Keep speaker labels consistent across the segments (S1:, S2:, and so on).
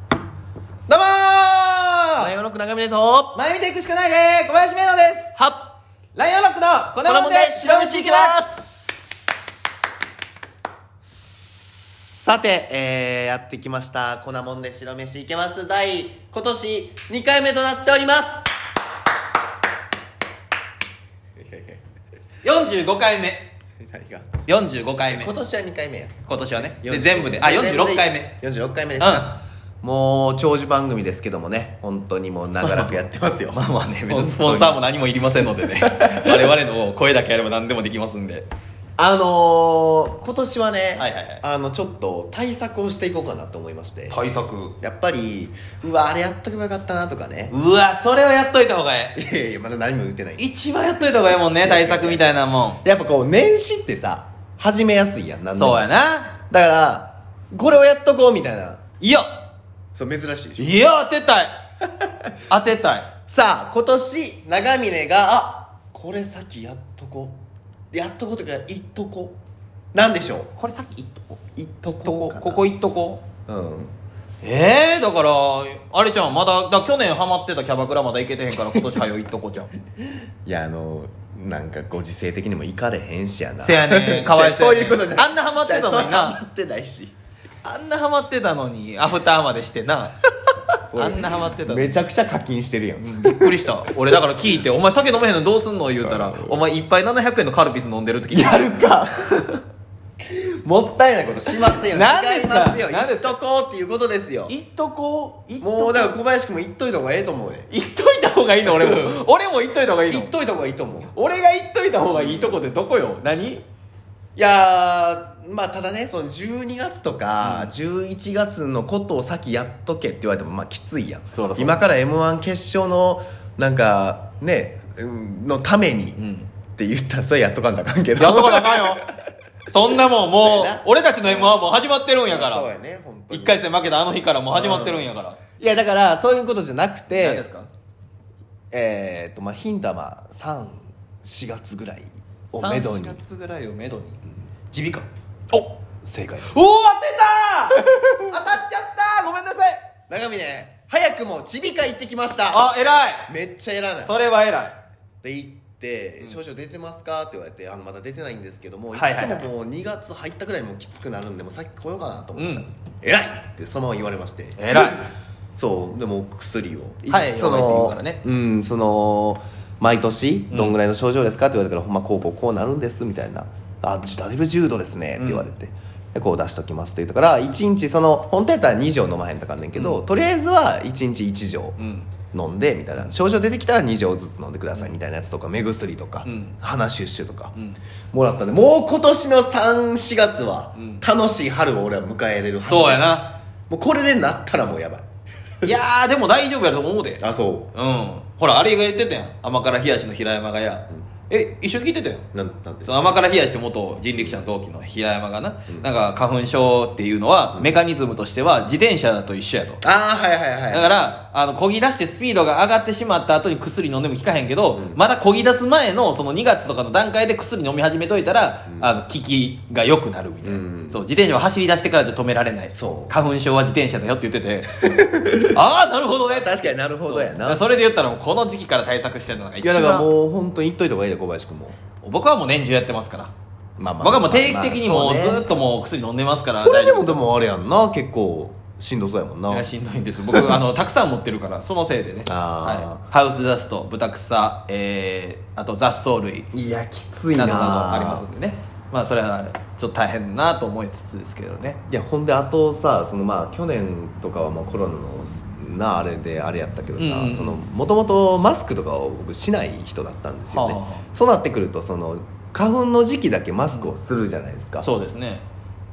S1: どうも
S2: ライ
S1: ー
S2: オンロック長見ですは
S1: 前見ていくしかないね小林明乃です
S2: っ
S1: ライオンロックのこんなもんで白飯いきます
S2: すさて、えー、やってきました「粉もんで白飯いけます」第今年2回目となってお ります
S1: 45回目
S2: 何が
S1: 45回目
S2: 今年は2回目や
S1: 今年はねで全部であ46回目
S2: 46回目ですか、もう長寿番組ですけどもね本当にもう長らくやってますよ
S1: まあまあね別にスポンサーも何もいりませんので ね我々の声だけやれば何でもできますんで
S2: あのー、今年はね、
S1: はいはいはい
S2: あのちょっと対策をしていこうかなと思いまして
S1: 対策
S2: やっぱりうわあれやっとけばよかったなとかね
S1: うわそれはやっといた方がい
S2: いやいやまだ何も言ってない
S1: い一番やっといた方がいいもんね対策みたいなもん
S2: やっぱこう年始ってさ始めやすいやん何でも
S1: そうやな
S2: だからこれをやっとこうみたいない
S1: や
S2: そう珍しいでしょ
S1: いや当て たい当てたい
S2: さあ今年長峰があこれ先やっとこうやっとこうというか言っとこうなんでしょう
S1: これさっき言っとこ
S2: 言っとこ
S1: こ
S2: う
S1: こ
S2: かな
S1: ここ行っとこ
S2: うん
S1: ええだからあれちゃんまだだ去年ハマってたキャバクラまだ行けてへんから今年はよ行っとこちゃん
S2: いやあのなんかご時世的にも行かれへんしやな
S1: せや ねんかわいそう
S2: じ
S1: やねん
S2: ゃあそういうことじゃない
S1: あんなハマってたのにな
S2: じゃあそうハマってないし
S1: あんなハマってたのにアフターまでして なあんなハマってたのに
S2: めちゃくちゃ課金してるやん
S1: びっくりした俺だから聞いて「お前酒飲めへんのどうすんの?」言うたら「お前一杯700円のカルピス飲んでる」って聞いて
S2: やるかもったいないことしませんよ
S1: 何です
S2: 違い
S1: か
S2: ますよ
S1: 何
S2: 言
S1: で
S2: っ
S1: すか
S2: とこうっていうことですよ
S1: 行っとこう行っとこ
S2: もうだから小林君も言っといた方がええと思うね
S1: 行っといた方がいいの俺 も俺も行っといた方がいい
S2: 言っ
S1: の
S2: といた方がいいと思うい
S1: 俺が行っといた方がいいとこってどこよ何
S2: やーまあただねその12月とか11月のことを先やっとけって言われてもまあきついやん
S1: そうだそうだ
S2: 今から m 1決勝のなんかねうんのために、
S1: ん
S2: って言ったらそれやっとかんだかんけど
S1: やっとかなあかんよ そんなもんも
S2: そう
S1: う
S2: やな
S1: 俺たちの m 1もう始まってるんやか
S2: そうや
S1: ら
S2: ね本当に
S1: 1回戦負けたあの日からもう始まってるんやから
S2: いやだからそういうことじゃなくて
S1: 何ですか
S2: えー、とまあヒントはまあ34月ぐらいをめどに
S1: 3月ぐらいをめどに耳鼻科
S2: お正解です
S1: おお当てたー 当たっちゃったーごめんなさい
S2: 長峰早くも耳鼻科行ってきました
S1: あ偉い
S2: めっちゃ偉ない
S1: それは偉い
S2: で行って「少々出てますか?」って言われて「あのまだ出てないんですけどもいつ
S1: はいはいはい
S2: ももう2月入ったぐらいにもうきつくなるんでもうさっき来ようかなと思いました、偉いってそのまま言われまして
S1: 偉い
S2: そうでも薬を
S1: はい
S2: そ
S1: 弱いって言う
S2: の
S1: からね
S2: うんその毎年どんぐらいの症状ですかって言われたから、ほんまこうこうこうなるんですみたいな「あ自宅重度ですね」って言われて、でこう出しときますって言ったから1日その本当やったら2錠飲まへんとかあんねんけど、とりあえずは1日1錠
S1: うん
S2: 飲んでみたいな症状出てきたら2錠ずつ飲んでくださいみたいなやつとか目薬とか、
S1: うん
S2: 鼻シュッシュとか、
S1: ん
S2: もらったんでもう今年の34月は
S1: うん
S2: 楽しい春を俺は迎えれるはずです
S1: そうやな
S2: もうこれでなったらもうやばい
S1: いやーでも大丈夫やと思うで
S2: あそう
S1: うんほらあれが言ってたやん甘辛冷やしの平山がや、え一緒に聞いてたよ
S2: なんなんて
S1: その甘辛冷やしって元人力車の同期の平山がな、なんか花粉症っていうのは、メカニズムとしては自転車と一緒やと
S2: ああはいはいはい
S1: だから、あの、漕ぎ出してスピードが上がってしまった後に薬飲んでも効かへんけど、まだ漕ぎ出す前の、その2月とかの段階で薬飲み始めといたら、あの、効きが良くなるみたいな、
S2: うん
S1: そう、自転車は走り出してからじゃ止められない。
S2: そう
S1: 花粉症は自転車だよって言 ってて、ああ、なるほどね。
S2: 確かになるほどや
S1: だ
S2: な
S1: から
S2: い
S1: それで言ったらもうこの時期から対策してるのが一
S2: や
S1: 番
S2: だからもう本当に言っといた方がいいで小林君も
S1: 僕はもう年中やってますから。
S2: まあ
S1: 僕はもう定期的にもう
S2: まあまあ
S1: ずっともう薬飲んでますから。
S2: そうねそれでも
S1: 大丈
S2: でもあれやんな結構しんどそうやもんな
S1: 夫ですいやしんどいんです僕あのたくさん持ってるからそのせいでね、
S2: あ
S1: はい、ハウスダスト豚草、えー、あと雑草類
S2: いやきついな
S1: などなどありますんでねまあそれはちょっと大変なと思いつつですけどね
S2: いやほんであとさそのまあ去年とかはもうコロナのなあれであれやったけどさ
S1: うんうん
S2: もともとマスクとかを僕しない人だったんですよね、
S1: はあはあ
S2: そうなってくるとその花粉の時期だけマスクをするじゃないですか、
S1: そうですね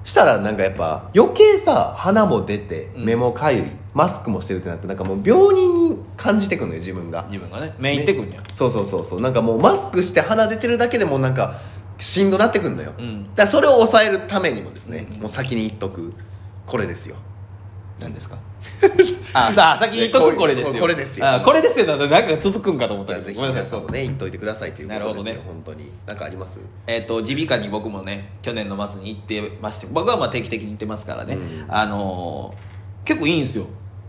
S2: したらなんかやっぱ余計さ鼻も出て
S1: うん
S2: 目もかゆい、マスクもしてるってなってなんかもう病人に感じてくんのよ自分が
S1: 自分がねメインってくんや
S2: そうそうそうそうなんかもうマスクして鼻出てるだけでもうなんかしんどなってくんのよ、
S1: うん
S2: だからそれを抑えるためにもですね、
S1: うんうん
S2: もう先に言っとくこれですよ
S1: 何です かあさあ先に言っとくこれですよ
S2: これですよ
S1: あこれですよなんかなんか続くんかと思ったんです
S2: ぜ
S1: け
S2: ひ
S1: どごめんな
S2: 皆
S1: さ
S2: さ
S1: い
S2: んもね言っといてくださいということ
S1: なるほど
S2: ですよ、
S1: ね
S2: 本当に何かあります
S1: えっと耳鼻科に僕もね去年の末に行ってまして僕はまあ定期的に行ってますからね、
S2: うん
S1: あのー結構いいんですよ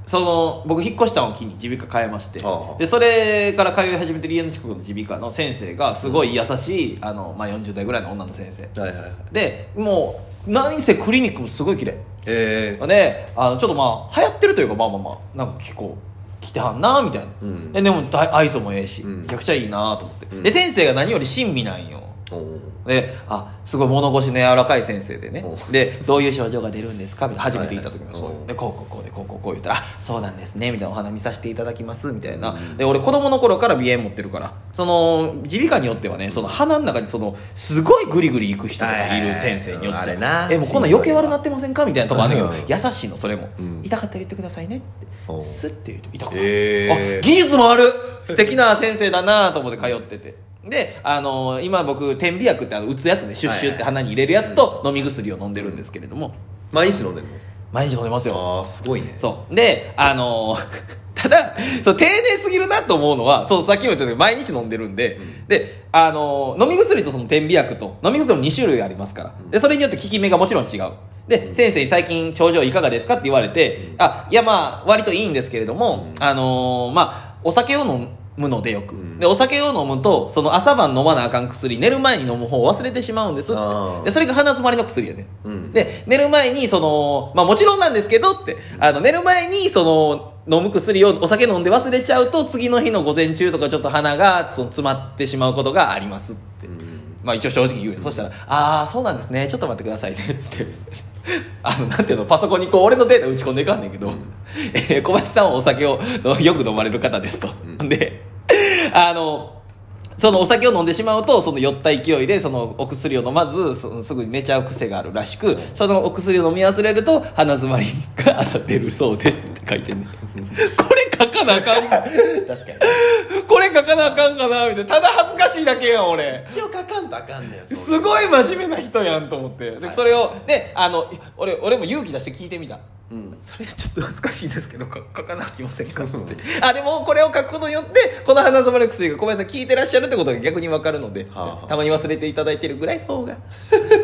S1: その僕引っ越したのを機に耳鼻科変えまして
S2: ああ
S1: でそれから通い始めてる家の近くの耳鼻科の先生がすごい優しい、あのまあ、40代ぐらいの女の先生
S2: はいはいはい
S1: でもう何せクリニックもすごい綺麗
S2: ええ
S1: であのちょっとまあ流行ってるというかまあまあまあなんか結構来てはんなみたいな、
S2: うん
S1: ででもだ愛想もええし、
S2: うん
S1: めちゃくちゃいいなと思って、
S2: うん
S1: で先生が何より親身なんよ
S2: おお
S1: であすごい物腰の柔らかい先生でね
S2: お
S1: でどういう症状が出るんですかみたいな初めて行った時もそう、
S2: はいはい
S1: でこうこうこうでこうこうこう言ったらあそうなんですねみたいなお花見させていただきますみたいな、
S2: うん
S1: で俺子供の頃から鼻炎持ってるからその耳鼻科によってはねその鼻の中にそのすごいグリグリいく人がいる先生によっ
S2: はい
S1: て
S2: はいはいうんあれな
S1: えもうこんなん余計悪なってませんかみたいなとこあるんだ
S2: うん
S1: けど優しいのそれも、
S2: うん
S1: 痛かったら言ってくださいねって
S2: お
S1: スッて言うと痛くない、
S2: え
S1: あ
S2: え
S1: 技術もある素敵な先生だなと思って通っててで、あのー今僕点鼻薬ってあの打つやつでシュッシュって鼻に入れるやつと飲み薬を飲んでるんですけれども
S2: 毎日飲んでる
S1: 毎日飲んでますよ
S2: のああすごいね
S1: そうであのー ただそう丁寧すぎるなと思うのはそうさっきも言ったように毎日飲んでるんで、で、あのー飲み薬とその点鼻薬と飲み薬の2種類ありますからでそれによって効き目がもちろん違うで、先生に最近症状いかがですかって言われて、あいやまあ割といいんですけれども、あのーまあお酒を飲むのでよく、
S2: ん
S1: でお酒を飲むとその朝晩飲まなあかん薬寝る前に飲む方を忘れてしまうんですって
S2: あー
S1: でそれが鼻詰まりの薬やね、
S2: うん
S1: で寝る前にその、まあ、もちろんなんですけどってあの寝る前にその飲む薬をお酒飲んで忘れちゃうと次の日の午前中とかちょっと鼻がその詰まってしまうことがありますって、
S2: うん
S1: まあ一応正直言うよ、そしたら「ああそうなんですねちょっと待ってくださいね」っつってあのなんていうのパソコンにこう俺のデータ打ち込んでいかんねんけど、えー小林さんはお酒をのよく飲まれる方ですと、であのそのお酒を飲んでしまうとその酔った勢いでそのお薬を飲まずそのすぐに寝ちゃう癖があるらしくそのお薬を飲み忘れると鼻詰まりが朝出るそうですって書いてんねんこれ書かなあ かん
S2: 確かに
S1: これ書かなあかんかなみたいなただ恥ずかしいだけやん俺
S2: 一応書かんとあかんのよそれ
S1: すごい真面目な人やんと思って
S2: は
S1: で
S2: い
S1: それをであの俺俺も勇気出して聞いてみた
S2: うん
S1: それちょっと恥ずかしいんですけどか書かなきゃいけませんかってあでもこれを書くことによってこの花妻の薬が小林さん聞いてらっしゃるってことが逆に分かるので、
S2: はあはあ
S1: たまに忘れていただいてるぐらいの方 が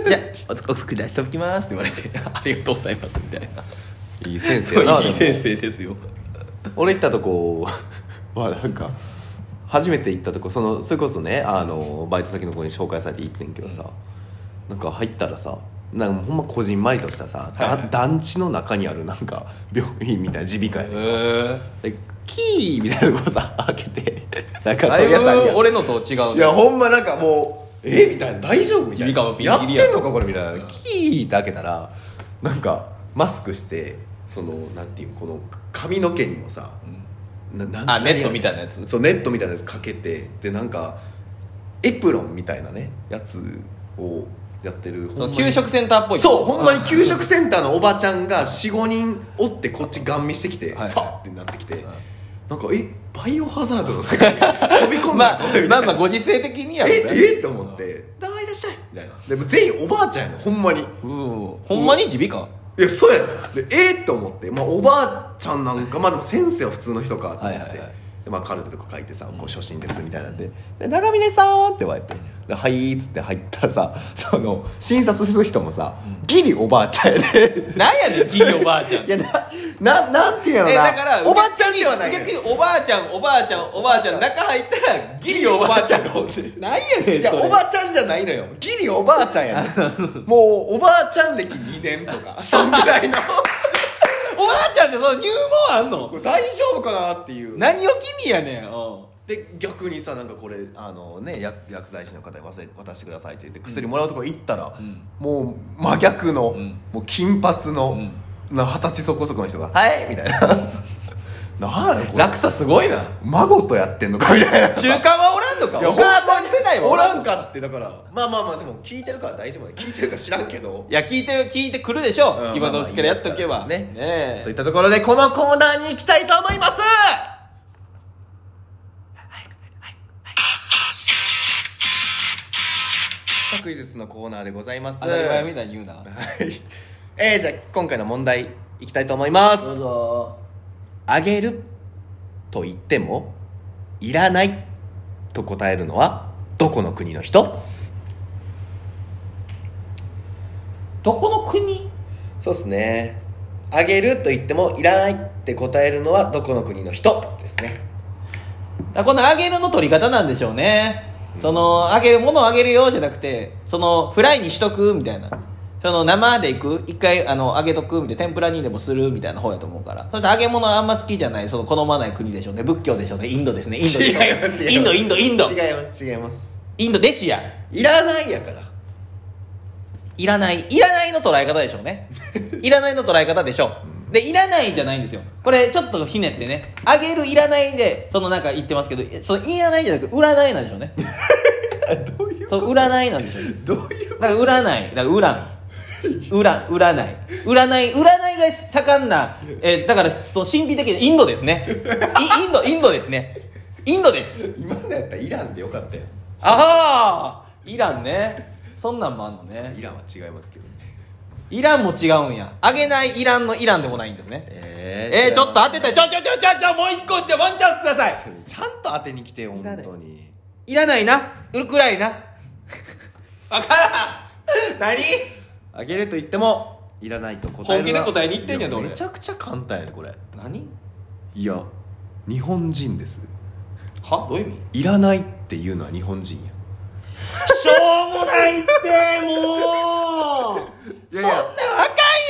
S1: じゃあおつお薬出しておきますって言われて ありがとうございますみたいない
S2: い先
S1: すご
S2: 生
S1: い
S2: やない
S1: い
S2: で
S1: 先
S2: も
S1: 生ですよ
S2: 俺行ったとこ はなんか初めて行ったとこそのそれこそねあのバイト先の子に紹介されて行ってんけどさ、なんか入ったらさなんかほんまこじんまりとしたさ、だ
S1: はいはい
S2: 団地の中にあるなんか病院みたいな耳鼻科やね
S1: へ
S2: でキーみたいなとこさ開けてなんか
S1: だ
S2: そう
S1: い
S2: いうやつある
S1: ぶ
S2: やん
S1: 俺のと違う
S2: い
S1: ね
S2: やほんまなんかもうえみたいな大丈夫みたいな
S1: 耳
S2: や
S1: 鼻科もピンキ
S2: ってん
S1: リや
S2: のかこれみたいなキーって開けたらなんかマスクしてそのなんていうこの髪の毛にもさ、ななん
S1: あネットみたいなやつ
S2: そうネットみたいなやつかけてでなんかエプロンみたいなねやつをやってる
S1: その
S2: ほんまに
S1: 給食センターっぽい
S2: そうほんまに給食センターのおばちゃんが45人おってこっちガン見してきてパ
S1: はい
S2: ッてなってきてなんかえバイオハザードの世界に飛び込 ん
S1: ま
S2: だ
S1: あ
S2: のこれみ
S1: まあ
S2: たい
S1: ま
S2: な
S1: あご時世的にやろね
S2: ええと思って「ああいらっしゃい」みたいなでも全員おばあちゃんやのほんまにい
S1: うんほんまに耳鼻科
S2: やそうやろでええと思って、まあ、おばあちゃんなんかまあでも先生は普通の人かと思って、
S1: はいはいはい
S2: でまあ、カルテとか書いてさ「ご初心です」みたいなんで「で長峰さん」って言われて「ではい」っつって入ったらさその診察する人もさギリおばあちゃ んやで
S1: なんやねん金おばあちゃん
S2: いやなななんていうの
S1: え
S2: な
S1: だから
S2: おばあちゃんではない
S1: 受付におばあちゃんおばあちゃんおばあちゃん中入ったらギ
S2: ギ
S1: リ
S2: リ
S1: お
S2: お
S1: ば
S2: ば
S1: あ
S2: あ
S1: ち
S2: ち
S1: ゃ
S2: ゃ
S1: ん
S2: んがおって
S1: なんやねん
S2: いや
S1: それ
S2: おばあちゃんじゃないのよギリおばあちゃんや ねんもうおばあちゃん歴2年と かそんぐらいの
S1: おばあちゃんってその入門あん
S2: こ
S1: の
S2: れ大丈夫かなっていう
S1: 何を気にやねんうん
S2: で逆にさなんかこれあのね薬薬剤師の方に忘れ渡してくださいって言って薬もらうところ行ったら、もう真逆の、
S1: ん
S2: もう金髪のな二十、歳そこそこの人が「はい」みたいな なんやろこれ
S1: 落差すごいな
S2: 孫とやってんの かみたいな
S1: 中間はおらんのか
S2: いや
S1: お母さん世代は
S2: おらんかってだからまあまあまあでも聞いてるから大丈夫だよ聞いてるか知らんけど
S1: いや聞いて聞いてくるでしょ
S2: うん
S1: 今のうちからやっとけ
S2: ま
S1: ば
S2: あまあいいやつ
S1: ね
S2: から
S1: え
S2: といったところでこのコーナーに行きたいと思いますさあクイズのコーナーでございます
S1: 当たり前みたいに言うな
S2: はいえー、じゃあ今回の問題いきたいと思います
S1: どうぞ
S2: あげると言ってもいらないと答えるのはどこの国の人
S1: どこの国
S2: そうですねあげると言ってもいらないって答えるのはどこの国の人ですね
S1: だからこの揚げるの取り方なんでしょうねその揚げるものを揚げるよじゃなくてそのフライにしとくみたいなその生でいく一回あの揚げとくみたいな天ぷらにでもするみたいな方やと思うからそして揚げ物はあんま好きじゃないその好まない国でしょうね仏教でしょうねインドですねインドでしょうねインドインドインド
S2: 違います違います
S1: インドデシア
S2: いらないやから
S1: いらないいらないの捉え方でしょう ねいらないの捉え方でしょうでいらないじゃないんですよこれちょっとひねってねあげるいらないでそのなんか言ってますけどそのいらないじゃなくて占いなんでしょうね
S2: どういう
S1: そう占いなんでしょうね
S2: どういう
S1: だから占いだから占い占占い占い占いが盛んな、えーだからその神秘的なインドですねいインドインドですねインドです
S2: 今のやったらイランでよかったよ
S1: ああイランねそんなんもあんのね
S2: イランは違いますけどね
S1: イランも違うんやあげないイランのイランでもないんですね
S2: え
S1: えー、ちょっと当てたいちょちょちょちょちょもう一個ってワンチャンスください
S2: ちゃんと当てに来てよ本
S1: らない
S2: 当に
S1: いらないなうるくらいなわからん何
S2: あげると言ってもいらないと答えるのは
S1: 本気で答えに行ってんねんで
S2: い
S1: 俺
S2: めちゃくちゃ簡単やでこれ
S1: 何
S2: いや日本人です
S1: はどういう意味
S2: いらないっていうのは日本人や
S1: しょうもないってもうそんなのあかん
S2: いやいや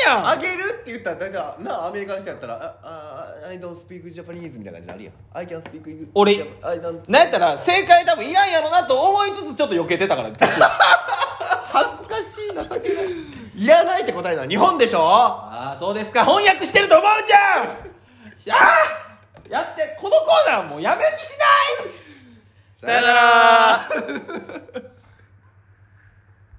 S1: やん
S2: あげるって言ったら大体なあアメリカの人やったら「ああ I don't speak Japanese」みたいな感じになるやん「I can speak English」
S1: 俺
S2: I don't
S1: なんやったら正解多分いらんやろなと思いつつちょっと避けてたから 恥ずかしい情けない
S2: いらないって答えるのは日本でしょ
S1: ああそうですか翻訳してると思うじゃ んあーやってこのコーナーもうやめにしないさよなら